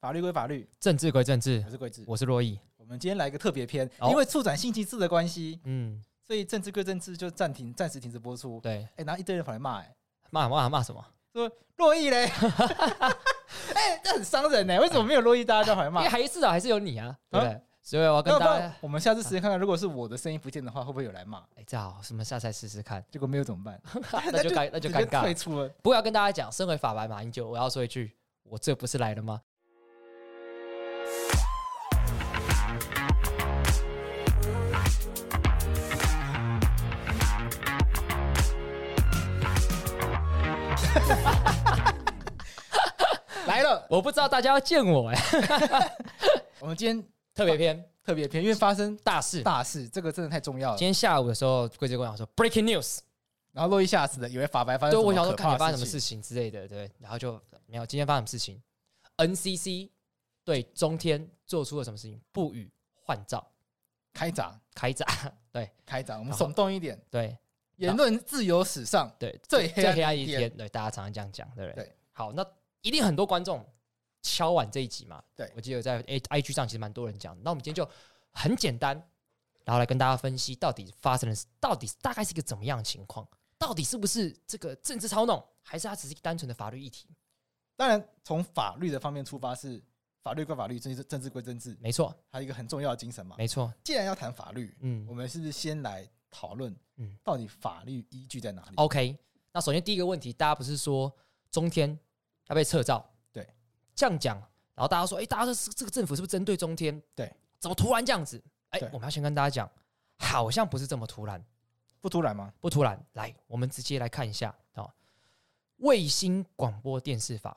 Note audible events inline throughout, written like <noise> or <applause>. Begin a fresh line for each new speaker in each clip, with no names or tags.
法律归法律，
政治归政治
我，是桂智。
我是洛毅。
我们今天来一个特别篇，
哦
因为促展性机制的关系，
嗯，
所以政治归政治就暂停，暂时停止播出。
对，
哎、然后一堆人跑来骂、哎，
骂骂骂什么？
说洛毅嘞， <laughs> 哎、这很伤人呢、为什么没有洛毅，大家就跑来
因
骂
为？还至少还是有你啊，对不对？所以我哎要跟
那不
大家
然，我们下次实验看看，如果是我的声音不见的话，会不会有来骂？
哎，这好，我们下次来试试 <laughs> 看。
结果没有怎么办？
那就尴那就
直接
尴尬
退
了。
出了。
不过要跟大家讲，身为法白马英九，我要说一句，我这不是来了吗？
来了，
我不知道大家要见我哎、
我们今天
<laughs> 特别篇
特别篇，因为发生
大事。
大事，这个真的太重要了
今。天下午的时候，桂枝跟我讲说 breaking news，
然后洛伊吓死了，以为法白发
对
生
我
什
想说
么可
看
怕
你发
的
哎生什么事情之类的，对，然后就没有今天发生什么事情，NCC 对中天做出了什么事情？不予换照，
开闸，
开闸，对
开闸，我们
然后
耸动一点，
对
言论自由史上
对，
最黑
最黑
暗的
暗一
一
天
天。，
对，大家常常这样讲，对不对？
对
好，那一定很多观众敲完这一集嘛，
对
我记得在 A I G 上其实蛮多人讲，那我们今天就很简单，然后来跟大家分析到底发生了，到底大概是一个怎么样的情况，到底是不是这个政治操弄，还是它只是一个单纯的法律议题？
当然，从法律的方面出发是法律归法律，政治政治归政治，
没错，
还有一个很重要的精神嘛。
没错，
既然要谈法律，
嗯
我们是不是先来讨论
嗯，哦
到底法律依据在哪里？
，OK。那首先第一个问题，大家不是说中天要被撤照？
对，
这样讲，然后大家说，哎、大家说是这个政府是不是针对中天？
对，
怎么突然这样子？哎、
对
我们要先跟大家讲，好像不是这么突然，
不突然吗？
不突然。来，我们直接来看一下啊、哦卫星广播电视法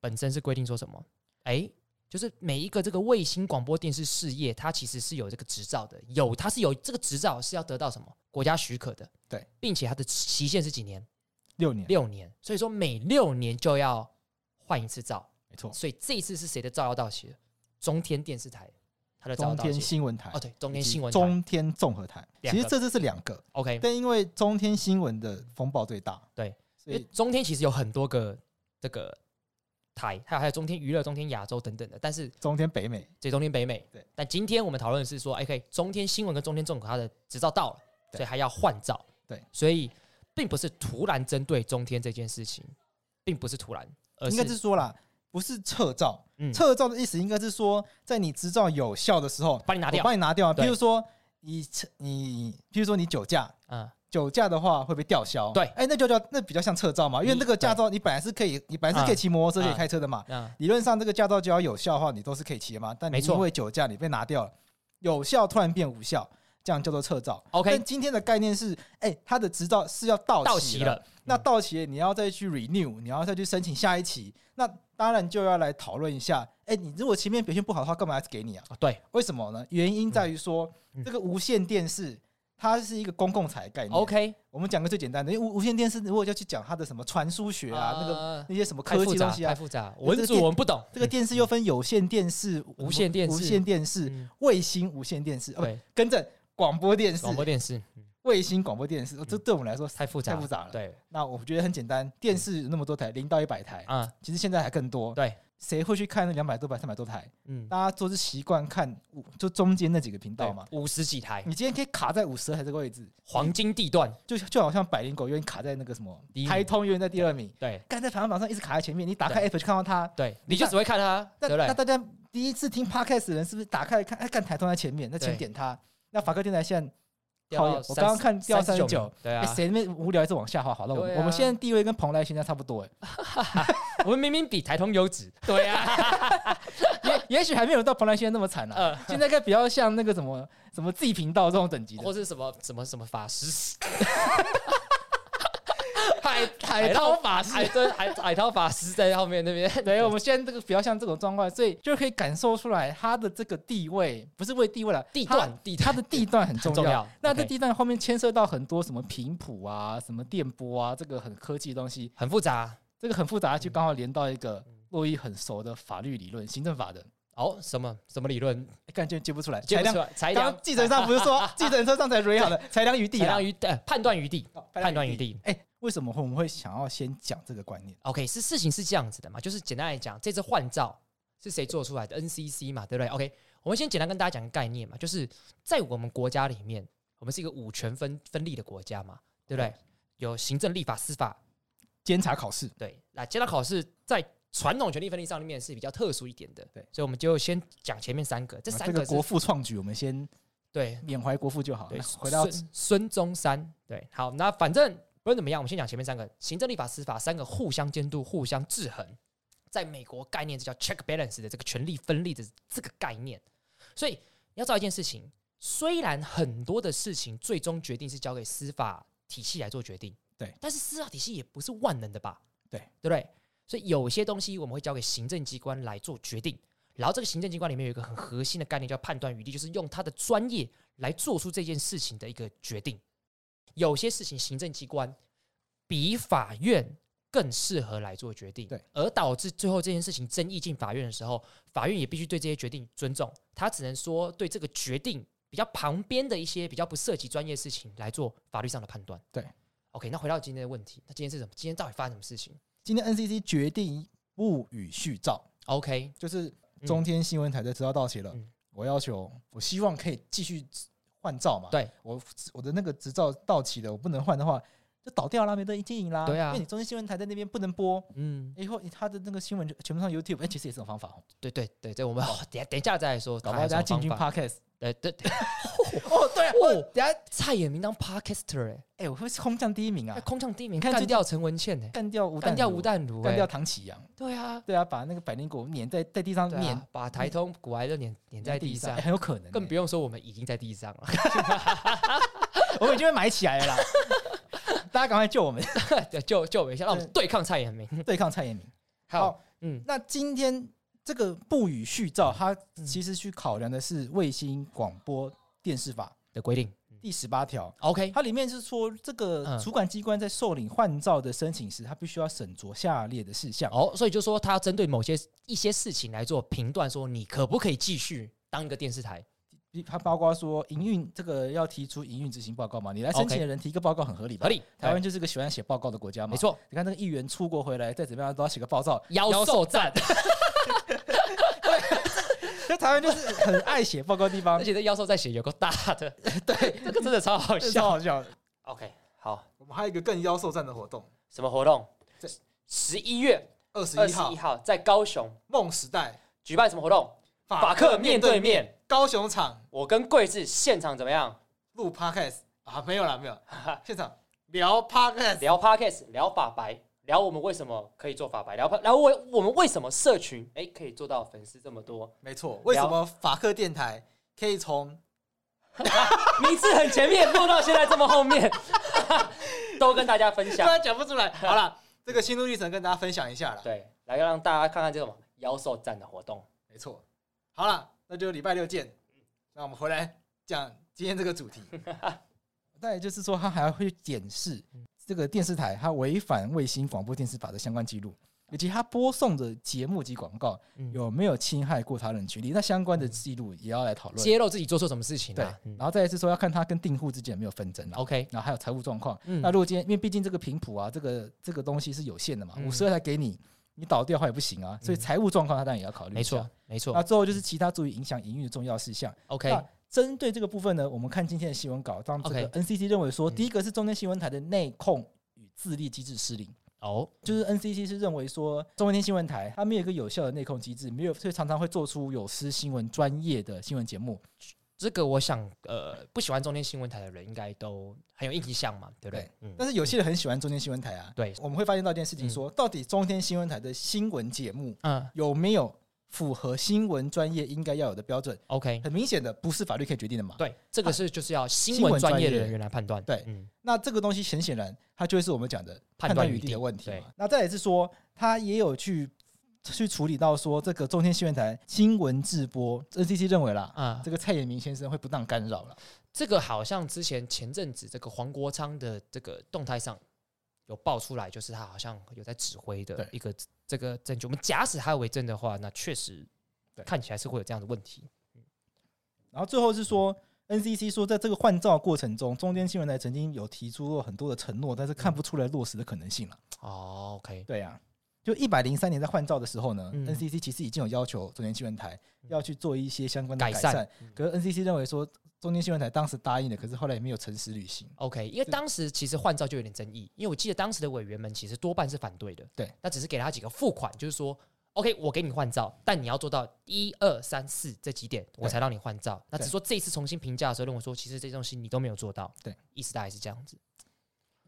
本身是规定说什么？哎、就是每一个这个卫星广播电视事业，它其实是有这个执照的，有它是有这个执照是要得到什么国家许可的，
对，
并且它的期限是几年？
六年，
六年，所以说每六年就要换一次照，
没错。
所以这一次是谁的照要到期了？中天电视台，它的照要
中
到
天
期。
新闻台
哦，，对，中
以
天
及
新闻台。
中天综合台，
两
其
个
实这次是两个，
OK，
但因为中天新闻的风暴最大，
对，
所
因为
以
中天其实有很多个这个台，还有还有中天娱乐、中天亚洲等等的，但是
中天北美
这中天北美。
对，
但今天我们讨论的是说哎，OK，中天新闻跟中天综合它的执照到了，
对
所以还要换照。
对，
所以并不是突然针对中天这件事情，并呃不是突然，而
应该是说啦，不是撤照，
嗯，
撤照的意思应该是说，在你执照有效的时候，
把你拿
我
掉。
帮你拿掉啊。
对
比如说你撤你，比如说你酒驾，
嗯，
酒驾的话会被吊销。
对
哎，那就叫那比较像车照嘛，因为
你
那个驾照你本来是可以，你本来是可以骑摩托车、
嗯
可以开车的嘛。
那
理论上这个驾照只要有效的话，你都是可以骑的嘛。但你
没错
因为酒驾你被拿掉了，有效突然变无效，这样叫做撤照。
OK
但今天的概念是，哎，他的执照是要到
到
期
期哦了。嗯
那到期了你要再去 renew，你要再去申请下一期，那当然就要来讨论一下。哎，你如果前面表现不好的话，干嘛要给你啊？
啊，对
为什么呢？原因在于说，
嗯嗯
这个无线电视它是一个公共财的概念。
，OK，
我们讲个最简单的，因为无无线电视如果要去讲它的什么传输学啊，那个
个
那些什么
太
科
复
技
杂，
东西
呃太
啊，
复杂，
这个
文字
电
我们不懂。
这个电视又分有线电视、
嗯无线电视
无线电视、
嗯
卫星无线电视，哦，不
对，
跟着广播电视、
广播电视嗯
卫星广播电视，哦这对我们来说
太复杂，
太复杂了
对，
那我觉得很简单，电视有那么多台，零到一百台，
啊，
其实现在还更多。
对，
谁会去看那两百多台、三百多台？
嗯，
大家都是习惯看五，就中间那几个频道
对
嘛。嗯
五十几台
你今天可以卡在五十台这个位置，
黄金地段，
就就好像百灵狗永远卡在那个什么
第一名
台通永远在第二名，
对
干在排行榜上一直卡在前面。你打开 app 就看到它，
对，
你
你就
看
只会看它，
那
对不
那
对？
大家第一次听 podcast 的人是不是打开来看？哎，干台通在前面，那请
对
点它。那法克电台现在
掉到
靠我
30
刚刚看掉
39
39
名对
哎
啊，
谁那边无聊一直往下滑，好了，我们
对啊
我们现在地位跟蓬莱现在差不多
<laughs>
哎，
我们明明比台通
<laughs>
优质，对啊，
也也许还没有到蓬莱现在那么惨啊，
呃，
现在应该比较像那个什么什么自己频道这种等级的
或是什么什么什么
<laughs>
法师，
海海
涛
涛法师。
海对海海涛法师在后面那边，
对，我们现在这个比较像这种状况，所以就可以感受出来他的这个地位，不是为地位了，
地
它
段地
它
段
的地段很重要。
很重要，
<laughs> 那
OK，
这地段后面牵涉到很多什么频谱啊、什么电波啊，这个很科技的东西，
很复杂
这个很复杂，就刚好连到一个
嗯
洛伊很熟的法律理论——行政法的，
哦，什么什么理论，
哎感觉接不出来。
接
裁
不
量
出，来，裁
刚
量
刚记者上不是
<laughs>
说记者车上才蕊好的裁量余地啊
裁
啦
量，余呃判断余地，
哦
判断余。地。
哎，为什么我们会想要先讲这个观念？
OK，是事情是这样子的嘛，就是简单来讲，这次换照是谁做出来的？NCC 嘛，对不对？OK，我们先简单跟大家讲个概念嘛，就是在我们国家里面，我们是一个五权分分立的国家嘛，对不对？有行政、立法、司法，
监察考试，
对，那监察考试在传统权力分立上面是比较特殊一点的，
对
所以我们就先讲前面三个，这
啊
三个
国
是
父创举，我们先
对
缅怀国父就好。
对
哦那，回到
孙孙中山，对，好，那反正不论怎么样，我们先讲前面三个，行政、立法、司法三个互相监督、互相制衡，在美国概念这叫 check balance 的这个权力分立的这个概念，所以你要知道一件事情，虽然很多的事情最终决定是交给司法体系来做决定，
对，
但是司法体系也不是万能的吧？
对，
对不对？所以有些东西我们会交给行政机关来做决定，然后这个行政机关里面有一个很核心的概念叫判断余地，就是用他的专业来做出这件事情的一个决定。有些事情行政机关比法院更适合来做决定，
对，
而导致最后这件事情争议进法院的时候，法院也必须对这些决定尊重，他只能说对这个决定比较旁边的一些比较不涉及专业事情来做法律上的判断。
对
，OK，那回到今天的问题，那今天是什么？今天到底发生什么事情
今天 NCC 决定不予续照，
？OK，
就是中天新闻台的执照到期了，
嗯
我要求，我希望可以继续换照嘛。
对，
我我的那个执照到期了，我不能换的话，就倒掉啦，没得经营啦。
对啊
因为你中天新闻台在那边不能播，
嗯，
以后他的那个新闻就全部上 YouTube，哎、其实也是种方
<laughs>
法哦，
对对对，这我们、哦、 <laughs> 等一下等一下再来说，
搞不
还
好
有
大家
什么
进军
方法，
Podcast。
对哎对对，
哦，对、啊，我
<laughs> 哦
等下，哎、
蔡衍明当 podcaster 哎、
我会空降第一名
那
啊，
空降第一名，
你看
干
最近
掉陈文茜哎、
干掉吴淡
干
如，
掉吴淡如、哎
干掉唐启阳。
对啊，
对啊，把那个百灵果碾在在地上
对啊
碾、
把台通古癌都碾碾在地上
哎，很有可能、
更
欸。
不用说我们已经在地上了， <laughs>
我们已经被埋起来了啦， <laughs> 大家赶快救我们，
对就就我们一下，让我们对抗蔡衍明。
对抗蔡衍明。
好，嗯，
那今天这个不予续照，它其实去考量的是卫星广播电视法
的规定
第十八条，
，OK，
它里面是说，这个
嗯
主管机关在受理换照的申请时，它必须要审酌下列的事项。
哦，所以就说他要针对某些一些事情来做评断，说你可不可以继续当一个电视台？
它包括说，营运这个要提出营运执行报告嘛，你来申请
OK
的人提个报告很合理吧
合？理，
台湾
对
就是个喜欢写报告的国家嘛，
没。错，
你看那个议员出国回来，再怎么样都要写个报告。
妖兽战， <laughs>
那台湾就是很爱写报告的地方
<laughs> 而，且这妖兽战写有个大的， <laughs> 对，这个真的超好
超
笑。
好笑的。
OK，好，
我们还有一个更妖兽战的活动，
什么活动
这？
十一月
二
二十一号在高雄
梦时代
举办什么活动？法克面对面，
高雄场
我跟桂智现场怎么样？
录 podcast 啊，没有啦，没有，现场聊 podcast，
聊 podcast，聊法白，聊我们为什么可以做法白，聊聊我我们为什么社群哎可以做到粉丝这么多， <laughs>
没错。为什么法克电台可以从
名次很前面，录到现在这么后面， <laughs> 都跟大家分
突
享。
然讲不出来？好了，这个心路历程跟大家分享一下啦。
对，来让大家看看这种妖兽战的活动。
没错，好了，那就礼拜六见。那我们回来讲今天这个主
<laughs>
题。再来就是说，他还会检视
嗯
这个电视台它违反卫星广播电视法的相关记录，以及它播送的节目及广告
嗯
有没有侵害过他人权利，那相关的记录也要来讨论。
揭露自己做错什么事情
对
啊，嗯
然后再来是说要看他跟订户之间有没有纷争啦。
OK，
然后还有财务状况。
嗯
那如果今天因为毕竟这个频谱啊，这个这个东西是有限的嘛，
嗯
五十二台给你，你倒掉的话也不行啊，所以财务状况他当然也要考虑。
没错。，没错
那。最后就是其他足以影响营运的重要事项。
OK，
那针对这个部分呢，我们看今天的新闻稿，当这个
OK
NCC 认为说，
嗯
第一个是中间新闻台的内控与自立机制失灵。
哦，
就是 NCC 是认为说，中天新闻台它没有一个有效的内控机制，没有，所以常常会做出有失新闻专业的新闻节目。
这个我想，呃，不喜欢中天新闻台的人应该都很有印象嘛，对不对
对？
嗯，
但是有些人很喜欢中天新闻台啊，
对，
我们会发现到一件事情说到底中天新闻台的新闻节目
嗯
有没有符合新闻专业应该要有的标准？
，OK，
很明显的，不是法律可以决定的嘛。
对，这个是就是要新
新闻
闻专
专
业
业
的人员来判断。
啊对
嗯，
那这个东西很显然，它就会是我们讲的
判断
断
余
余
地
地的问题
对
嘛。那再来是说，它也有去去处理到说这个中天新闻台新闻直播，NCC 认为啦，
啊，
这个蔡衍明先生会不当干扰了。
这个好像之前前阵子这个黄国昌的这个动态上有爆出来，就是他好像有在指挥的
对
一个这个证据。我们假使他为证的话，那确实
对
看起来是会有这样的问题。
然后最后是说，NCC 说，在这个换照过程中，中间新闻台曾经有提出过很多的承诺，但是看不出来落实的可能性了。
哦，OK，
对呀、啊就一百零三年在换照的时候呢、
嗯
n c c 其实已经有要求中间新闻台要去做一些相关的
改
改
善
善，可是 NCC 认为说中间新闻台当时答应了，可是后来也没有诚实履行。
OK，因为当时其实换照就有点争议，因为我记得当时的委员们其实多半是反对的。
对，
那只是给了他几个付款，就是说，OK，我给你换照，但你要做到一二三四这几点，我才让你换照。那只是说这一次重新评价的时候，认为说其实这些东西你都没有做到。
对，
意思大概是这样子。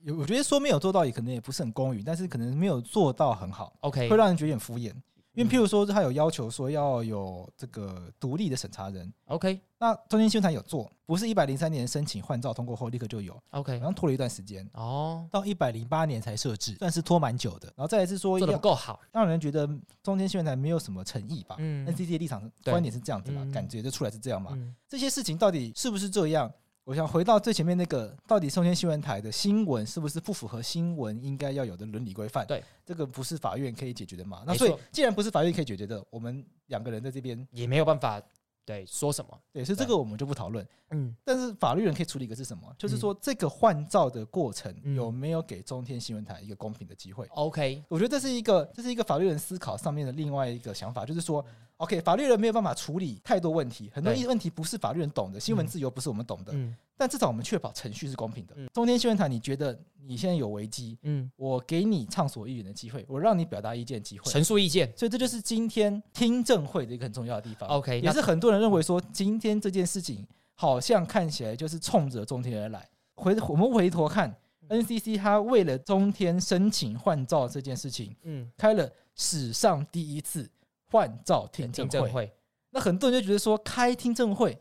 有我觉得说没有做到，也可能也不是很公允，但是可能没有做到很好，
OK，
会让人觉得很敷衍。因为
嗯
譬如说，他有要求说要有这个独立的审查人，
OK
那中间新闻台有做，不是一百零三年申请换照通过后立刻就有，好
OK，
像拖了一段时间。
哦，
到一百零八年才设置，算是拖蛮久的。然后再来是说
做的不
要
够好。
让人觉得中间新闻台没有什么诚意吧。
嗯
NCC 的立场
对
观点是这样子嘛
嗯，
感觉就出来是这样嘛。
嗯
这些事情到底是不是这样？我想回到最前面那个，到底中天新闻台的新闻是不是不符合新闻应该要有的伦理规范？
对，
这个不是法院可以解决的嘛。那
没
所以
错，
既然不是法院可以解决的，我们两个人在这边，
也没有办法对说什么。
对，所以这
对
个我们就不讨论。
嗯，
但是法律人可以处理一个是什么？就是说这个换照的过程
嗯
有没有给中天新闻台一个公平的机会？
OK，
我觉得这是一个，这是一个法律人思考上面的另外一个想法，就是说，OK，法律人没有办法处理太多问题，很多
嗯对
问题不是法律人懂的，新闻
嗯
自由不是我们懂的，
嗯
但至少我们确保程序是公平的
嗯。
中间新闻台，你觉得你现在有危机，
嗯，
我给你畅所欲言的机会，我让你表达意见的机会，
陈述意见。
所以这就是今天听证会的一个很重要的地方。
OK，
也
哦那
是很多人认为说，今天这件事情好像看起来就是冲着中天而来。回我们回头看，NCC
嗯
他为了中天申请换照这件事情，
嗯，
开了史上第一次换照听证
听
会
证。会。
那很多人就觉得说，开听证会，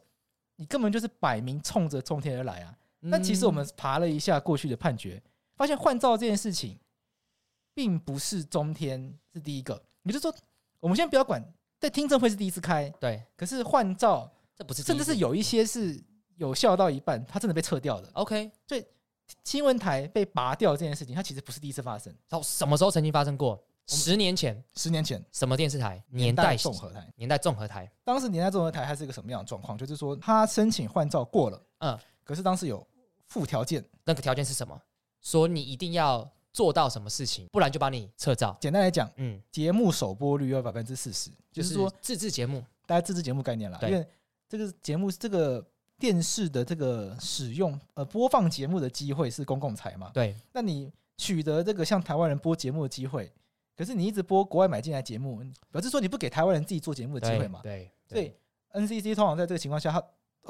你根本就是摆明冲着中天而来啊。
嗯
但其实我们爬了一下过去的判决，发现换照这件事情，并不是中天是第一个。也就是说，我们先不要管，在听证会是第一次开，
嗯对，
可是换照
这不是第
甚
一
至
次
是有一些是有效到一半，它真的被撤掉的。
OK，
新闻台被拔掉这件事情，它其实不是第一次发生，
到什么时候曾经发生过？十年前，
十年前
什么电视台？年
年
代
代综合台，
年代综合台。
当时年代综合台它是一个什么样的状况？就是说，他申请换照过了，
嗯，
可是当时有附条件，
那个条件是什么？说你一定要做到什么事情，不然就把你撤照。
简单来讲，
嗯，
节目首播率要百分之四十，就是说
自制节目。
大家自制节目概念啦，
对
因为这个节目这个电视的这个使用呃播放节目的机会是公共财嘛，
对，
那你取得这个像台湾人播节目的机会，可是你一直播国外买进来节目，表示说你不给台湾人自己做节目的机
对
会嘛？
对，
所以 NCC 通常在这个情况下，它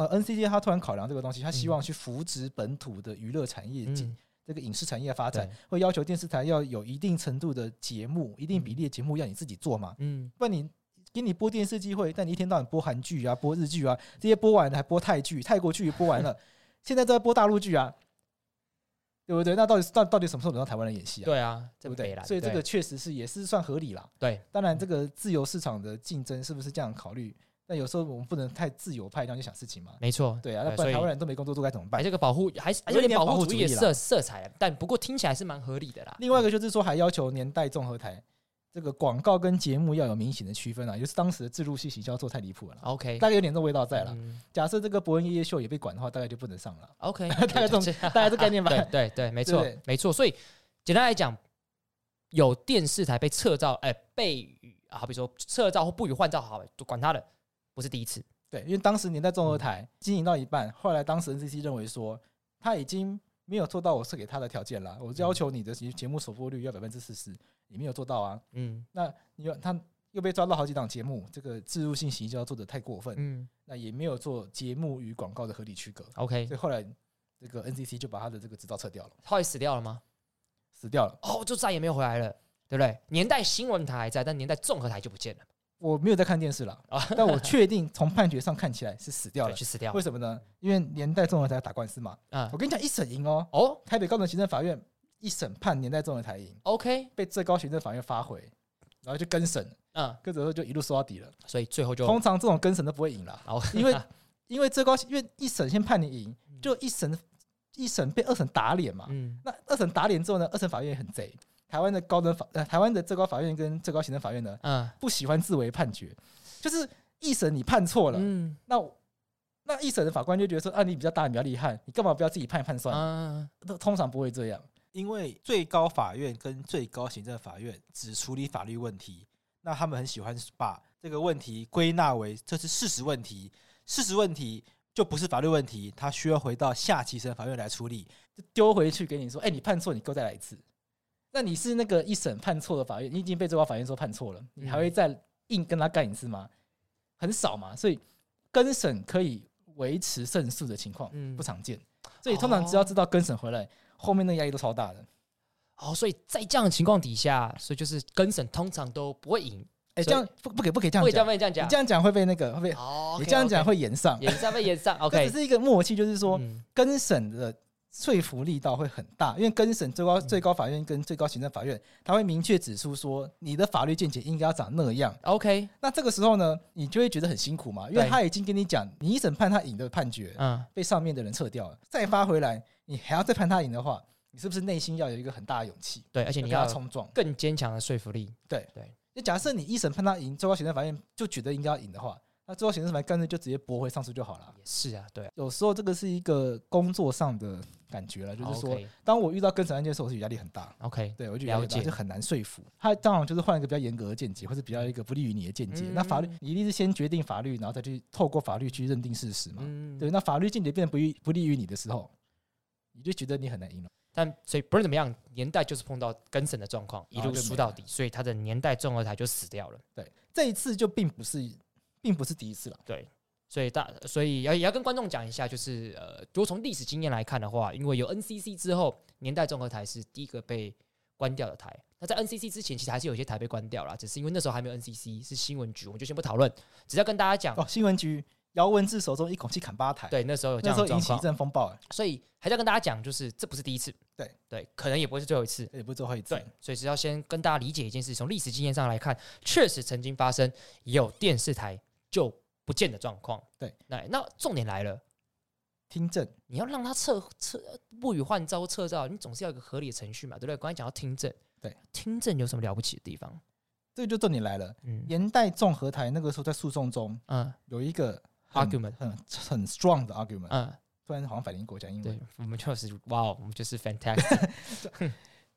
呃 NCC 它突然考量这个东西，它希望去扶植本土的娱乐产业、
嗯，
这个影视产业的发展
对，
会要求电视台要有一定程度的节目、一定比例的节目要你自己做嘛？
嗯，
不然你。给你播电视机会，但你一天到晚播韩剧啊、播日剧啊，这些播完了还播泰剧，泰国剧也播完了，
<laughs>
现在都在播大陆剧啊，对不对？那到底到到底什么时候轮到台湾人演戏啊？
对啊，
对
这
不
北
对
兰？
所以这个
对
确实是也是算合理啦。
对，嗯
当然，这个自由市场的竞争是不是这样考虑？但有时候我们不能太自由派这样去想事情嘛。
没错。
对啊，那不
所
然
以
台湾人都没工作做该怎么
哎，
办？
这个保护还是还是
有一
有点
点
保
保
护
护
主
主
义的
义啦
色色彩，啊但不过听起来是蛮合理的啦。
另外一个就是说，还要求年代综合台这个广告跟节目要有明显的区分啊，就是当时的自入系行销做太离谱了啦，
OK，
大概有点这味道在了。
嗯
假设这个伯恩夜夜秀也被管的话，大概就不能上了，
OK，
<laughs> 大概这种大概这概念吧。
对对对，没错
对不
没错。所以简单来讲，有电视台被撤照，哎、被予啊，好比说撤照或不予换照，好，就管他的，不是第一次。
对，因为当时年代综合台经营到一半，后来当时 NCC 认为说他已经没有做到我设给他的条件了，我要求你的节节目首播率要百分之四十，你没有做到啊，
嗯
那你又他又被抓到好几档节目，这个植入性行销做的太过分，
嗯
那也没有做节目与广告的合理区隔，
，OK，
所以后来这个 NCC 就把他的这个执照撤掉了，
后来死掉了吗？
死掉了。
哦，就再也没有回来了，对不对？年代新闻台还在，但年代综合台就不见了，
我没有在看电视了
啊，
<laughs> 但我确定从判决上看起来是死掉
对，
了。
去死掉
为
了。
什么呢？因为年代综合台打官司嘛，
嗯
我，跟你讲一审赢哦，
哦
台北高等行政法院一审判年代综合台赢，
，OK，
被最高行政法院发回，然后就更审，
嗯，
跟着后就一路说到底了。
所以最后就
通常这种更审都不会赢啦，
哦，
因
<laughs>
为因为最高因为一审先判你赢，就一审一审被二审打脸嘛。
嗯
那二审打脸之后呢，二审法院也很贼，台湾的高等法呃台湾的最高法院跟最高行政法院呢
嗯
不喜欢自为判决，就是一审你判错了，
嗯
那我那一审的法官就觉得说啊你比较大，你比较厉害，你干嘛不要自己判一判算了？
嗯
都通常不会这样。因为最高法院跟最高行政法院只处理法律问题，那他们很喜欢把这个问题归纳为这是事实问题，事实问题就不是法律问题，它需要回到下级审法院来处理，就丢回去给你说，哎、你判错，你给我再来一次。那你是那个一审判错的法院，你已经被最高法院说判错了，你还会再硬跟他干一次吗？很少嘛，所以更审可以维持胜诉的情况
嗯
不常见，所以通常只要知道更审回来，后面那个压力都超大的。
哦，所以在这样的情况底下，所以就是跟审通常都不会赢，
哎、这
所以
样不不给不给这
不
样
会这样
讲，你
被这样讲
这，样讲会被那个会被
哦，
你这样讲会延上。
演上被演
<laughs>
上
这
，OK，
只是一个默契，就是说
嗯
更审的说服力道会很大，因为更审最高
嗯
最高法院跟最高行政法院，他会明确指出说你的法律见解应该要长那样。
，OK，
那这个时候呢，你就会觉得很辛苦嘛，因为
对
他已经跟你讲，你一审判他赢的判决
嗯，
被上面的人撤掉了，再发回来，你还要再判他赢的话，你是不是内心要有一个很大的勇气，
对，而且你
跟他
要
冲撞？
更坚强的说服力，
就假设你一审判他赢，最高行政法院就觉得应该要赢的话，那最高行政法院干脆就直接驳回上诉就好了。
也是啊，对，
有时候这个是一个工作上的感觉了，就是说，当我遇到跟审案件的时候，我是压力很大，
，OK，
对我就压力很大
了解
就很难说服他。当然就是换一个比较严格的见解，或者比较一个不利于你的见解。
嗯
那法律你一定是先决定法律，然后再去透过法律去认定事实嘛。
嗯，
对，那法律见解变得不利不利于你的时候，你就觉得你很难赢了。
但所以不论怎么样，年代就是碰到跟审的状况，一
然
路
后就
输
没
到
了
底，所以他的年代综合台就死掉了。
对，这一次就并不是并不是第一次了。
对，所以大所以要也要跟观众讲一下，就是呃，如果从历史经验来看的话，因为有 NCC 之后，年代综合台是第一个被关掉的台。那在 NCC 之前，其实还是有一些台被关掉了，只是因为那时候还没有 NCC，是新闻局，我们就先不讨论，只是要跟大家讲，
哦，新闻局姚文智手中一口气砍八台，
对，那时候有
那
这样
时候
的
引
状
起一
况，
阵风暴，哎
所以还是要跟大家讲，就是这不是第一次，
对
对，可能也不会是最后一次，
也不是最后一次
对。，所以是要先跟大家理解一件事，从历史经验上来看，确实曾经发生有电视台就不见的状况。
对，
那那重点来了，
听证，
你要让他撤撤不予换招撤照，你总是要有一个合理的程序嘛，对不对？刚才讲到听证，
对，
听证有什么了不起的地方？
这个就重点来了。
嗯
延代综合台那个时候在诉讼中
嗯
有一个很
，argument，
很很 strong 的 argument，、
嗯，
突然好像反应国家英
对
文，，
我们就是哇哦，我们就是 fantastic， <laughs>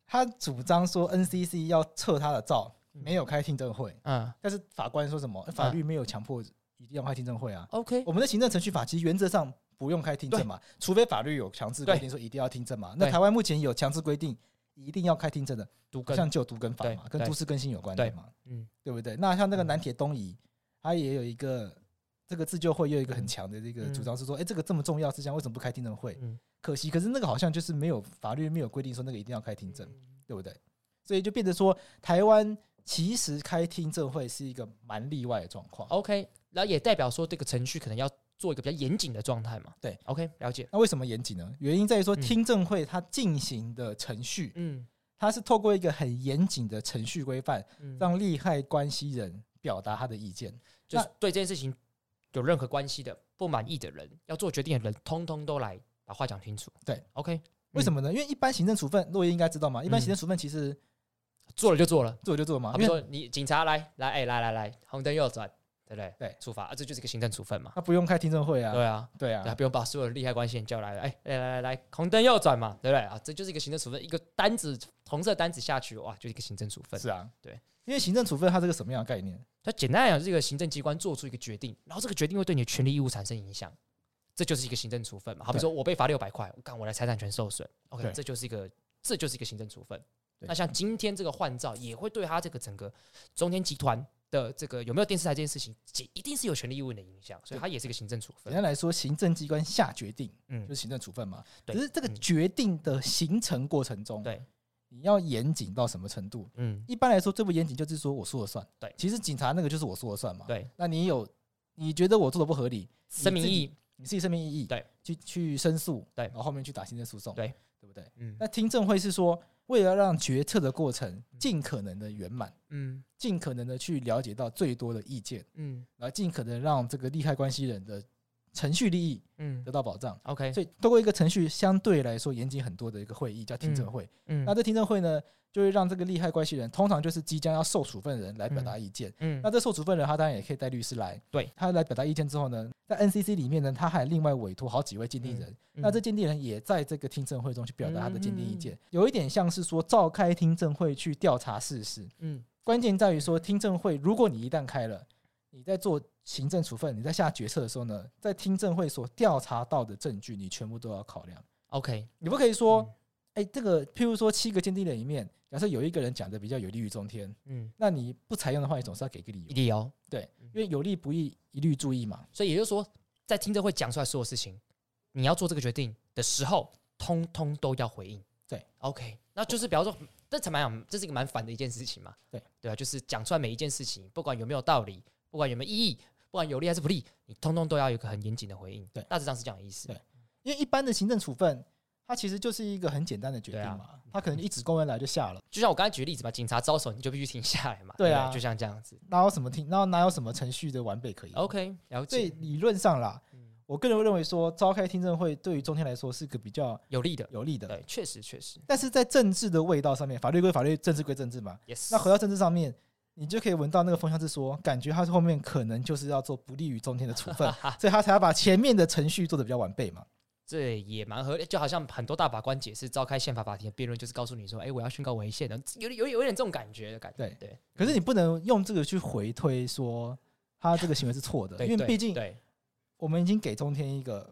他主张说 NCC 要撤他的照，
嗯
没有开听证会，
嗯
但是法官说什么呃法律没有强迫一定要开听证会啊。
，OK，
我们的行政程序法其实原则上不用开听证嘛，除非法律有强制规定说一定要听证嘛。那
对
台湾目前有强制规定一定要开听证的，
读
好
根，
像就有都更法嘛，
对
跟
对
都市更新有关的
对
嘛，
嗯，
对不对？那像那个
嗯
南铁东移，他也有一个这个自救会，又有一个很强的这个
嗯
主张是说，哎，这个这么重要事项为什么不开听证会？
嗯
可惜，可是那个好像就是没有法律没有规定说那个一定要开听证，
嗯
对不对？所以就变成说，台湾其实开听证会是一个蛮例外的状况。
，OK，然后也代表说这个程序可能要做一个比较严谨的状态嘛，
对
，OK，了解，
那为什么严谨呢？原因在于说，
嗯
听证会它进行的程序，
嗯
它是透过一个很严谨的程序规范，
嗯，
让利害关系人表达他的意见。
就是对这件事情有任何关系的、不满意的人，要做决定的人，通通都来把话讲清楚。
对
，OK，
为什么呢？因为一般行政处分，洛伊应该知道嘛，一般
嗯
行政处分其实
做了就做了。
做就做嘛
他，们
因为
说你警察来来，哎、来来来，红灯右转，对不对？
对
处罚啊，这就是一个行政处分嘛。
他不用开听证会啊，
对啊，
对
对啊，
啊，
不用把所有的利害关系人叫来了，哎、来来来来，红灯右转嘛，对不对啊？这就是一个行政处分，一个单子红色单子下去，哇，就是一个行政处分。
是啊，
对，
因为行政处分它是个什么样的概念？
它简单来讲，这个行政机关做出一个决定，然后这个决定会对你的权利义务产生影响，这就是一个行政处分嘛。好比
对
说我被罚六百块，我干我的财产权受损，OK，
对
这就是一个这就是一个行政处分。
对
那像今天这个换照，也会对他这个整个中天集团的这个有没有电视台这件事情，其一定是有权利义务的影响，所以它也是一个行政处
简
分。
单来说，行政机关下决定
嗯
就是，行政处分嘛。
对
只是这个
嗯
决定的形成过程中，
对，
你要严谨到什么程度？
嗯，
一般来说，最不严谨就是说我说了算。
对
其实警察那个就是我说了算嘛。
对，
那你有你觉得我做的不合理，
声明
自己
义，
你自己声明异议，
对，
去去申诉，
对
然后后面去打行政诉讼，
对，
对不对？
嗯
那听证会是说，为了让决策的过程尽可能的圆满，
嗯
尽可能的去了解到最多的意见，
嗯
然后尽可能让这个利害关系人的程序利益
嗯
得到保障。
，OK，
所以通过一个程序相对来说严谨很多的一个会议叫听证会。
嗯
那这听证会呢，就会让这个利害关系人，通常就是即将要受处分人来表达意见。
嗯
那这受处分人他当然也可以带律师来，
对
他来表达意见之后呢，在 NCC 里面呢，他还另外委托好几位鉴定人，
嗯
那这鉴定人也在这个听证会中去表达他的鉴定意见，有一点像是说召开听证会去调查事实。
嗯
关键在于说，听证会如果你一旦开了，你在做行政处分、你在下决策的时候呢，在听证会所调查到的证据，你全部都要考量。
，OK，
你不可以说，哎、这个譬如说七个鉴定人里面，假设有一个人讲的比较有利于中天，
嗯，
那你不采用的话，你总是要给个理由，
理由，
因为有利不义，一律注意嘛。
所以也就是说，在听证会讲出来所有事情，你要做这个决定的时候，通通都要回应。
对
，OK，那就是比方说，这怎么讲？这是一个蛮烦的一件事情嘛。
对，
对啊，就是讲出来每一件事情，不管有没有道理，不管有没有意义，不管有利还是不利，你通通都要有一个很严谨的回应。
对
大致上是这样的意思。
对因为一般的行政处分，它其实就是一个很简单的决定
对啊
嘛，它可能一纸公文来就下了，
就像我刚才举例子嘛，警察招手你就必须停下来嘛。
对
不
啊
就像这样子。
哪有什么听，哪有哪有什么程序的完备可以
OK，了嗯
所以
解，
理论上啦
嗯，
我个人认为说，召开听证会对于中天来说是个比较
有利的。
有利的，
对，确实确实。
但是在政治的味道上面，法律归法律，政治归政治嘛。
Yes，
那回到政治上面，你就可以闻到那个风向是说，感觉他后面可能就是要做不利于中天的处
<laughs>
分，所以他才要把前面的程序做的比较完备嘛。
这也蛮合理，就好像很多大法官解释召开宪法法庭的辩论，就是告诉你说，哎、我要宣告违宪的，有有有点这种感觉的感觉。
对
对
可是你不能用这个去回推说他这个行为是错的，
对，
因为
对
毕竟
对
我们已经给中天一个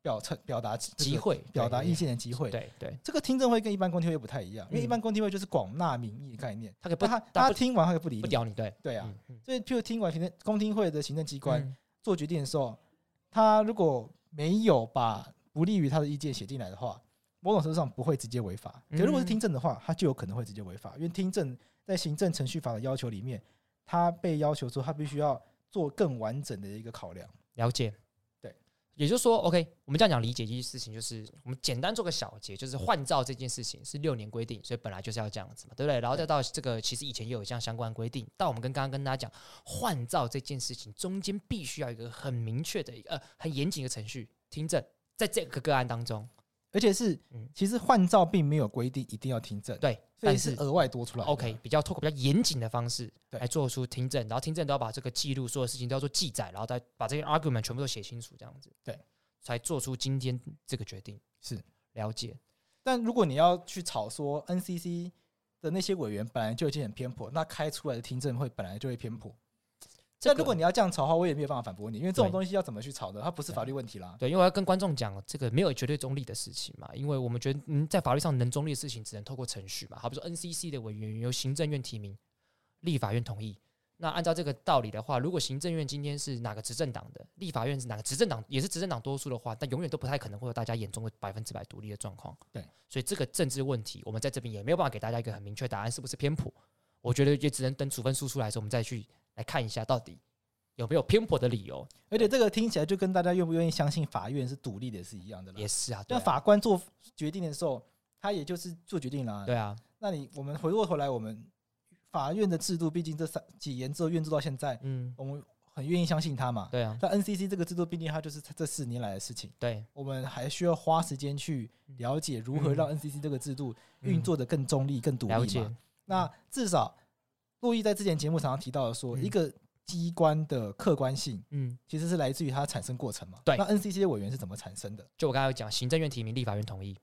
表呈表达这个
机会
表达
对对
意见的机会。
对对，
这个听证会跟一般公听会不太一样，因为
嗯
一般公听会就是广纳民意的概念，
他可以不
但他
但
他
不
听完他就不理
不
你，
屌你，对，
对啊。
嗯嗯
所以，譬如听完行政公听会的行政机关
嗯
做决定的时候，他如果没有把不利于他的意见写进来的话，某种程度上不会直接违法。可
嗯
如果是听证的话，他就有可能会直接违法，因为听证在行政程序法的要求里面，他被要求说他必须要做更完整的一个考量。
了解。
对，
也就是说，OK，我们这样讲理解一件事情，就是我们简单做个小结，就是换照这件事情是六年规定，所以本来就是要这样子嘛，对不对？然后再到这个，其实以前也有这样相关规定，但我们跟刚刚跟大家讲，换照这件事情中间必须要有一个很明确的、呃很严谨的程序听证，在这个个案当中，
而且是
嗯，
其实换照并没有规定一定要听证，
对，
所以
但
是
是
额外多出来的。
OK 比较透过比较严谨的方式
对
来做出听证，然后听证都要把这个记录所有事情都要做记载，然后再把这些 argument 全部都写清楚，这样子
对，
才做出今天这个决定。
是
了解，
但如果你要去吵说 NCC 的那些委员本来就已经很偏颇，那开出来的听证会本来就会偏颇。
这
那
个
如果你要这样吵的话，我也没有办法反驳你，因为这种
对
东西要怎么去吵的，它不是法律问题啦。
对，因为我要跟观众讲，这个没有绝对中立的事情嘛，因为我们觉得嗯，在法律上能中立的事情，只能透过程序嘛。好比说 NCC 的委员由行政院提名，立法院同意。那按照这个道理的话，如果行政院今天是哪个执政党的，立法院是哪个执政党，也是执政党多数的话，那永远都不太可能会有大家眼中的百分之百独立的状况。
对，
所以这个政治问题，我们在这边也没有办法给大家一个很明确答案，是不是偏颇？我觉得也只能等处分书出来的时候，我们再去来看一下到底有没有偏颇的理由。
而且这个听起来就跟大家愿不愿意相信法院是独立的是一样的啦
也。是啊，对
那
啊，
法官做决定的时候，他也就是做决定啦。
对啊，
那你我们回过头来，我们法院的制度，毕竟这三几年之后运作到现在，
嗯，
我们很愿意相信他嘛。
对啊，
但 NCC 这个制度，毕竟它就是这四年来的事情。
对，
我们还需要花时间去
嗯
了解如何让 NCC 这个制度运作的更中立、更独
了
立
解
嘛。，那至少陆毅在之前节目常常提到的说，
嗯
一个机关的客观性
嗯，
其实是来自于它的产生过程嘛。
对
那 NCC 的委员是怎么产生的？
就我刚才有讲，行政院提名，立法院同意，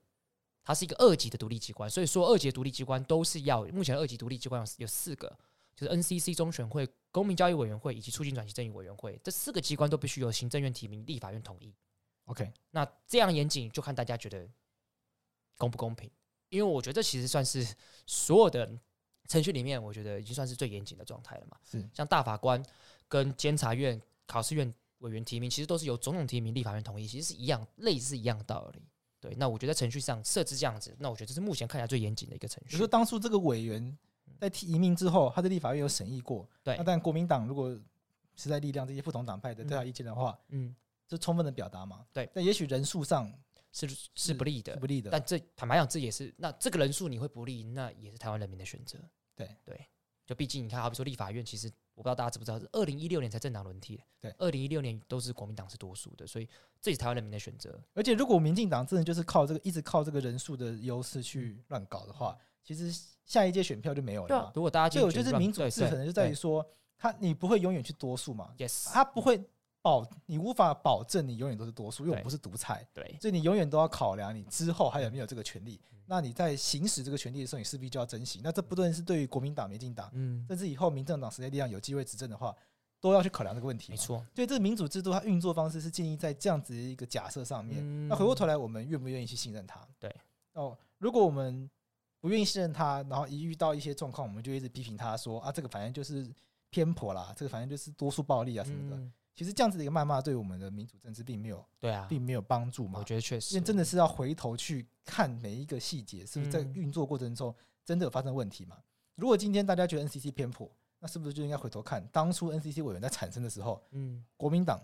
它是一个二级的独立机关，所以说二级的独立机关都是要目前的二级独立机关有有四个，就是 NCC 中选会、公民交易委员会以及促进转型正义委员会这四个机关都必须由行政院提名，立法院同意。
OK，
那这样严谨，就看大家觉得公不公平。因为我觉得这其实算是所有的程序里面，我觉得已经算是最严谨的状态了嘛。
是
像大法官跟监察院、考试院委员提名，其实都是由总统提名，立法院同意，其实是一样，类似一样的道理。对，那我觉得在程序上设置这样子，那我觉得这是目前看起来最严谨的一个程
比
序
如说。当初这个委员在提移民之后，他在立法院有审议过。
对
那但国民党如果时代力量这些不同党派的
嗯
对他意见的话，
嗯，
就充分的表达嘛。
对
但也许人数上
是是不利的
是，不利的。
但这坦白讲，这也是那这个人数你会不利，那也是台湾人民的选择。
对
对，就毕竟你看，好比说立法院，其实我不知道大家知不知道，是二零一六年才政党轮替。
对，
二零一六年都是国民党是多数的，所以这也是台湾人民的选择。
而且如果民进党真的就是靠这个一直靠这个人数的优势
嗯
去乱搞的话，其实下一届选票就没有了嘛。
如果大家
所
今
以
天
我觉得
啊选
民主
对
制衡
对嗯
就在于
对
说，他你不会永远去多数嘛，
yes，
他不会保你无法保证你永远都是多数，因为我
对
们不是独裁，
对
所以你永远都要考量你之后还有没有这个权利。
嗯
那你在行使这个权利的时候，你势必就要珍惜。那这不论是对于国民党、民进党，
嗯，
甚至以后民政党、时代力量有机会执政的话，都要去考量这个问题
没
嘛。
错，
所以这个民主制度它运作方式是建立在这样子的一个假设上面。
嗯
那回过头来，我们愿不愿意去信任它？
对。
哦，如果我们不愿意信任它，然后一遇到一些状况，我们就一直批评它，说啊，这个反正就是偏颇啦，这个反正就是多数暴力啊什么的。
嗯
其实这样子的一个谩骂，对我们的民主政治并没有
对啊，
并没有帮助嘛
我。觉得确
因
实
为真的是要回头去看每一个细节，是不是在
嗯
运作过程中真的有发生问题嘛？如果今天大家觉得 NCC 偏颇，那是不是就应该回头看当初 NCC 委员在产生的时候，
嗯，
国民党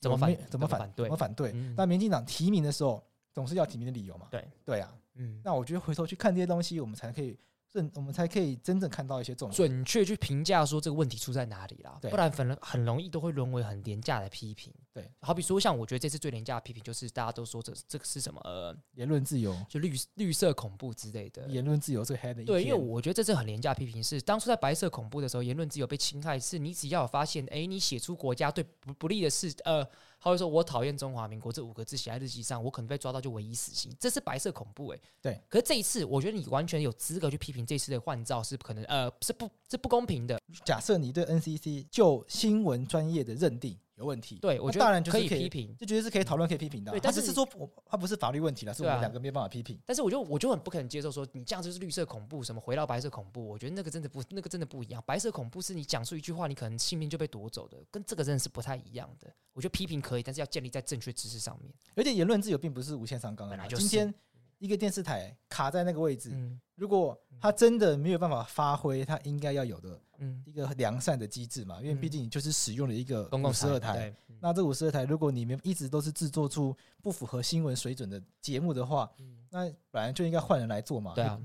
怎么
有没
反
有怎么反
对
怎么，反对？
嗯
那民进党提名的时候，总是要提名的理由嘛？
对
对啊，
嗯，
那我觉得回头去看这些东西，我们才可以正，我们才可以真正看到一些重点。
准确去评价说这个问题出在哪里啦，
对
不然反而很容易都会沦为很廉价的批评。
对，
好比说像我觉得这次最廉价的批评就是大家都说这这个是什么呃，
言论自由，
就绿绿色恐怖之类的。
言论自由最黑的一
对，因为
天
我觉得这次很廉价的批评是，当初在白色恐怖的时候，言论自由被侵害，是你只要有发现，哎，你写出国家对不不利的事，呃，他会说我讨厌中华民国这五个字写在日记上，我可能被抓到就唯一死刑，这是白色恐怖、诶。
对，
可是这一次，我觉得你完全有资格去批评这次的换照是可能呃是不是不公平的，
假设你对 NCC 就新闻专业的认定有问题，
对我
那
觉得
当然就是
可以
可以
批评，
这绝对是可以讨论、可以批评的啊。
对
他
但是
只是
你
说我，他不是法律问题了，是我
对
们
啊
两个没有办法批评。
但是我就我就很不可能接受说你这样就是绿色恐怖，什么回到白色恐怖，我觉得那个真的不那个真的不一样。白色恐怖是你讲述一句话，你可能性命就被夺走的，跟这个真的是不太一样的。我觉得批评可以，但是要建立在正确知识上面。
而且言论自由并不是无限上纲的
本
嘛。
来就是
今天一个电视台卡在那个位置，
嗯
如果他真的没有办法发挥他应该要有的
嗯，
一个良善的机制嘛，因为
嗯
毕竟你就是使用了一个
公共
十二台。
台，对嗯
那这五十二台，如果你们一直都是制作出不符合新闻水准的节目的话，
嗯
那本来就应该换人来做嘛。<laughs>
对啊，，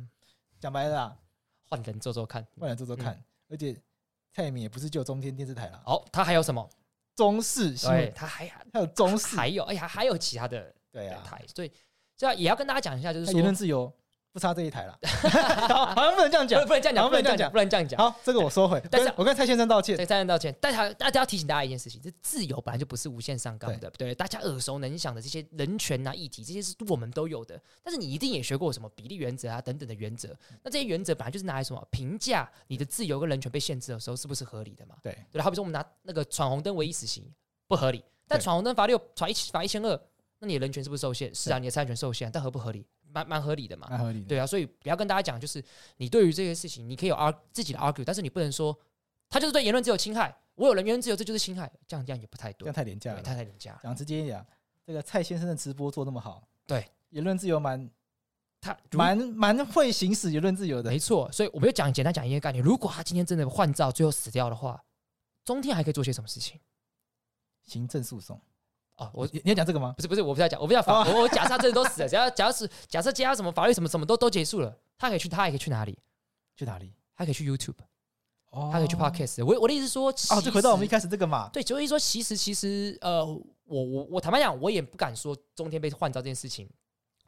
讲白了啦，
换人做做看。
换人做做
嗯
看。而且蔡依明也不是就中天电视台啦，
好，他还有什么？
中视新
对，
闻
他还
还有中
<laughs>
视，
还有，哎呀，还有其他的
对啊，
台，所以这样也要跟大家讲一下，就是
那
说
言论自由不差这一台了，好好像不能这样
不
讲
能。不能这样讲，
好
不能
不能这样
这样
讲
讲，不能这样
<laughs>
讲。
好，这个我收回。
但是
跟我跟蔡先生道歉。
对，三人道歉。但还大家要提醒大家一件事情：这自由本来就不是无限上纲的，对大家耳熟能详的这些人权啊、议题，这些是我们都有的。但是你一定也学过什么比例原则啊等等的原则。
嗯
那这些原则本来就是拿来什么评价你的自由跟人权被限制的时候是不是合理的嘛？
对
对，好比说我们拿那个闯红灯唯一死刑不合理，但
对
闯红灯罚六罚一罚一千二，那你的人权是不是受限？是啊，你的参权受限，但合不合理？蛮蛮合理的嘛。
蛮合理的。
对啊，所以不要跟大家讲，就是你对于这些事情，你可以有 arg 自己的 argue，但是你不能说他就是对言论自由侵害，我有人言论自由，这就是侵害，这样这样也不太
这
对
样，太廉价
对，
了。
太太廉价了。
讲直接一点啊，这个蔡先生的直播做那么好，
对
言论自由蛮
他如
蛮蛮会行使言论自由的
没。错，所以我们就讲简单讲一个概念，如果他今天真的换照最后死掉的话，中天还可以做些什么事情？
行政诉讼，
哦，我
你你要讲这个吗？
不是不是，我不是要讲，我不是要
哦
法，我我假设他真的都死了，只要假设假设加什么法律什么什么都都结束了，他可以去他还可以去哪里？
去哪里？
他可以去 YouTube，
哦
他可以去 Podcast。我我的意思是说，
哦，就回到我们
其
一
实
开始这个嘛，
对，所以说其实其实呃，我我我坦白讲，我也不敢说中天被换照这件事情，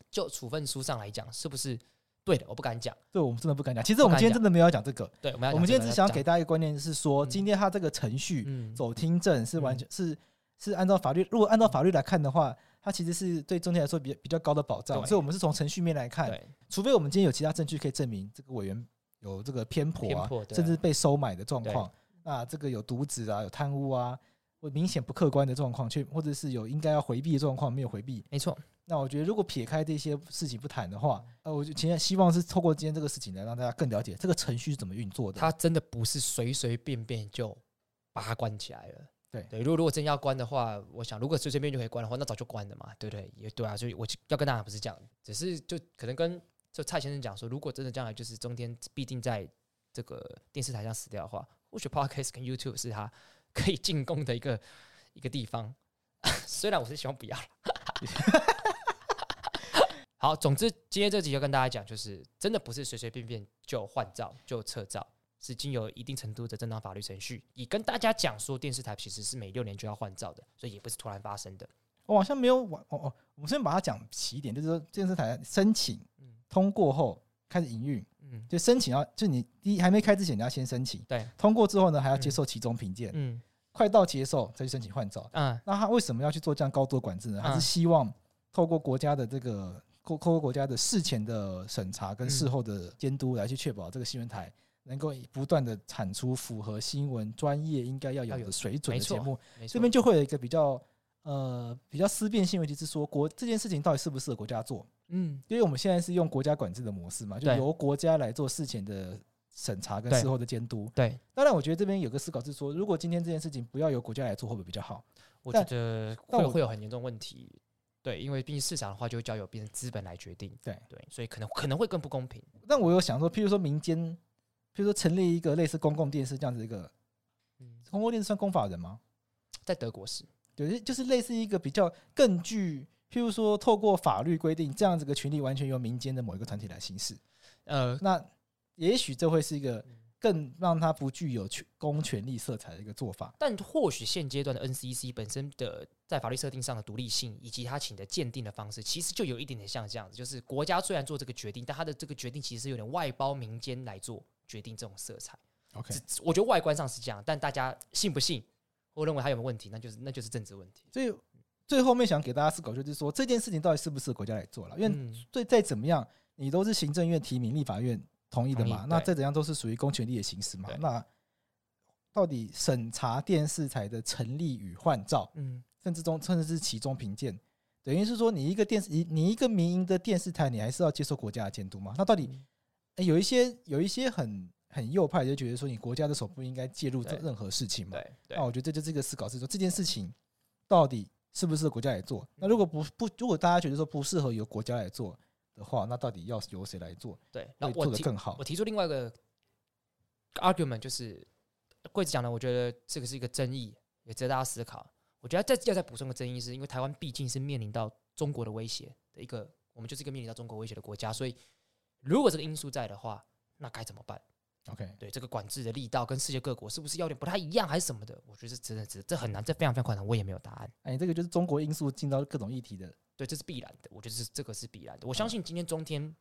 就处分书上来讲是不是对的，我不敢讲。
对我们真的不敢讲。其实我们今天真的没有要讲这个，
对，我们要
我们今
讲
天只
这个
是想
要
给
讲
大家一个观念是说，
嗯
今天他这个程序
嗯
走听证是完全是是按照法律，如果按照法律来看的话，它其实是对中介来说比比较高的保障，
对
所以我们是从程序面来看，
对
除非我们今天有其他证据可以证明这个委员有这个偏颇
偏
啊，
颇，对
甚至被收买的状况，那这个有渎职啊，有贪污啊，或明显不客观的状况，却或者是有应该要回避的状况没有回避，
没错，
那我觉得如果撇开这些事情不谈的话，
嗯
呃，我就其实希望是透过今天这个事情来让大家更了解这个程序是怎么运作的。
他真的不是随随便便就把他关起来了。
对
对，如果如果真要关的话，我想如果随随便便就可以关的话，那早就关了嘛，对不对？也对啊，所以我就要跟大家不是这样，只是就可能跟就蔡先生讲说，如果真的将来就是中天必定在这个电视台上死掉的话，或许 podcast 跟 YouTube 是他可以进攻的一个一个地方。 <laughs> 虽然我是希望
<laughs>
不要了。好，总之今天这集就跟大家讲，就是真的不是随随便便就换照就撤照，是经有一定程度的正当法律程序，以跟大家讲说电视台其实是每六年就要换照的，所以也不是突然发生的。
我好像没有往哦哦，我们先把它讲齐一点，就是说电视台申请
嗯
通过后开始营运，
嗯
就申请要就你第一还没开之前你要先申请，
对，
通过之后呢还要接受其中评鉴，
嗯
快到接受再去申请换照。
嗯
那他为什么要去做这样高度的管制呢？他
嗯
是希望透过国家的这个透透过国家的事前的审查跟
嗯
事后的监督来去确保这个新闻台能够不断的产出符合新闻专业应该要有
要有
的水准
没
的节
错
目。
没错
这边就会有一个比较呃比较思辨性问题，是说国这件事情到底适不适合国家做？
嗯
因为我们现在是用国家管制的模式嘛，就
对
由国家来做事前的审查跟
对
事后的监督。
对，
当然，我觉得这边有个思考是说，如果今天这件事情不要由国家来做，会不会比较好？
我觉
但
得
但
会
我
会有很严重问题。对，因为毕竟市场的话，就会交由变成资本来决定。
对
对，所以可能可能会更不公平。
但我有想说，譬如说民间，譬如说成立一个类似公共电视这样子一个
嗯，
公共电视算公法人吗？
在德国是，
对，就是类似一个比较更具，譬如说透过法律规定这样子的权利，完全由民间的某一个团体来行使。
呃，
那也许这会是一个
嗯
更让它不具有权公权力色彩的一个做法。
但或许现阶段的 NCC 本身的在法律设定上的独立性，以及它请的鉴定的方式，其实就有一点点像这样子，就是国家虽然做这个决定，但它的这个决定其实有点外包民间来做决定这种色彩。
OK，
只我觉得外观上是这样，但大家信不信，或认为它有没有问题，那就是那就是政治问题。
所以最后面想给大家思考就是说，这件事情到底是不是国家来做了？因为
嗯
最再怎么样，你都是行政院提名、立法院同意的嘛
同，意
那
对
再怎样都是属于公权力的行使嘛
对。
那到底审查电视台的成立与换照，
嗯，
甚至中甚至是其中评鉴，等于是说你一个电视，你你一个民营的电视台，你还是要接受国家的监督嘛？那到底、
嗯
诶有一些有一些很很右派就觉得说，你国家的手不应该介入这
对
任何事情嘛？
嗯对对
那，我觉得这就是一个思考，是说这件事情到底是不是国家来做？那如果不不，如果大家觉得说不适合由国家来做的话，那到底要由谁来做，
对，那
会
我
做得
提
更好
我？提出另外一个 argument，就是贵子讲的，我觉得这个是一个争议，也值得大家思考。我觉得再要再补充个争议是，因为台湾毕竟是面临到中国的威胁的一个，我们就是一个面临到中国威胁的国家，所以如果这个因素在的话，那该怎么办？
OK，
对这个管制的力道跟世界各国是不是要有点不太一样，还是什么的？我觉得这真的是这很难，这非常非常困难，我也没有答案。
哎，这个就是中国因素进到各种议题的，
对，这是必然的，我觉得是这个是必然的。我相信今天中天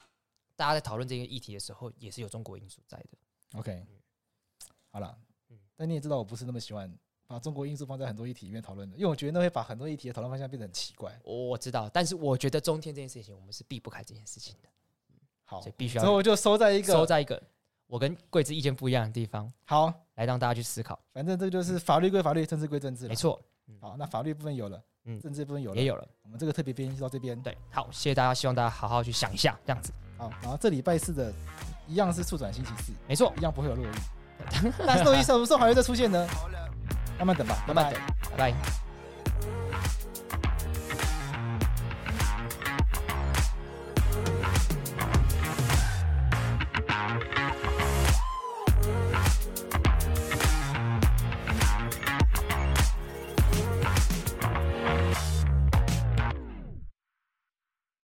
大家在讨论这个议题的时候，也是有中国因素在的。
OK，好了
嗯，
但你也知道我不是那么喜欢把中国因素放在很多议题里面讨论的，因为我觉得那会把很多议题的讨论方向变得很奇怪。
我我知道，但是我觉得中天这件事情，我们是避不开这件事情的，
好
所以，必
之
须
哦后
要
我就收在一
收
个
在一个我跟桂枝意见不一样的地方，
好，
来让大家去思考。
反正这个就是法律归法律，政治归政治了
没。错，
好，那法律部分有了，
嗯
政治部分有了
也，有了。
我们这个特别编辑到这边。
对，好，谢谢大家，希望大家好好去想一下，这样子。
好，然后这礼拜四的一样是促转星期四，
没错
一，样不会有 <laughs> 洛伊。但是洛伊什么时候还会再出现呢？慢慢等吧，
慢慢等，拜拜。